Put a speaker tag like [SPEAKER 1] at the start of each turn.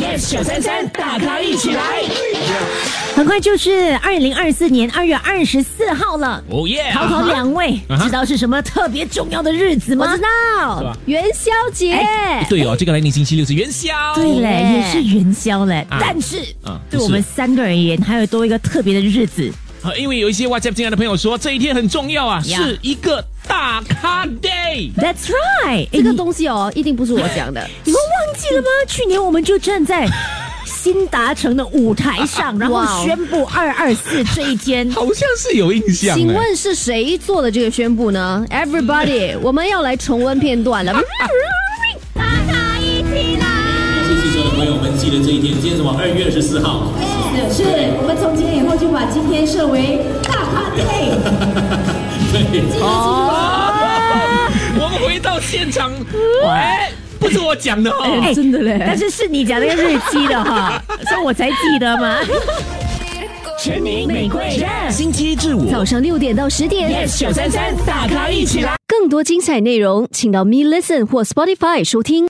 [SPEAKER 1] yes 九三三，大咖一起来。
[SPEAKER 2] 很快就是二零二四年二月二十四号了。
[SPEAKER 1] 哦耶！
[SPEAKER 2] 考考两位
[SPEAKER 1] 啊哈
[SPEAKER 2] 知道是什么特别重要的日子吗？
[SPEAKER 3] 我知
[SPEAKER 1] 是吧
[SPEAKER 3] 道，元宵节。
[SPEAKER 1] 对哦，这个来临星期六是元宵。
[SPEAKER 2] 对嘞，
[SPEAKER 3] 耶
[SPEAKER 2] 也是元宵嘞，
[SPEAKER 1] 啊
[SPEAKER 2] 但是
[SPEAKER 1] 啊
[SPEAKER 2] 对
[SPEAKER 1] 不是
[SPEAKER 2] 我们三个人而言，还有多一个特别的日子。
[SPEAKER 1] 好，因为有一些 WhatsApp 进来的朋友说这一天很重要啊，
[SPEAKER 2] 呀
[SPEAKER 1] 是一个大咖 day。
[SPEAKER 2] That's right，
[SPEAKER 3] 这
[SPEAKER 2] 诶
[SPEAKER 3] 个
[SPEAKER 2] 你
[SPEAKER 3] 东西哦，一定不是我讲 的。
[SPEAKER 2] 你们忘记了吗？去年我们就站在新达城的舞台上，然
[SPEAKER 3] 哇哦
[SPEAKER 2] 后宣布二二四这一天。
[SPEAKER 1] 好像是有印象
[SPEAKER 3] 请
[SPEAKER 1] 哎
[SPEAKER 3] 问是谁做的这个宣布呢？Everybody，我们要来重温片段了。大家一起来！
[SPEAKER 4] 新需求的朋友们记得这一天，今天什么？二月二十四号。
[SPEAKER 5] 是我们从今天以后就把今天设为大咖 day。
[SPEAKER 4] 对，
[SPEAKER 1] 我们回到现场，哎，不是我讲的哦。
[SPEAKER 2] 哎
[SPEAKER 3] 真的嘞
[SPEAKER 2] 但是是你讲那个日期的 哈，所以我才记得嘛。
[SPEAKER 1] 全民
[SPEAKER 2] 玫瑰
[SPEAKER 1] 星期至五
[SPEAKER 3] 早上六点到十点，
[SPEAKER 2] 九三三，大咖一起来。
[SPEAKER 3] 更多精彩内容，请到 Me Listen 或 Spotify 收听。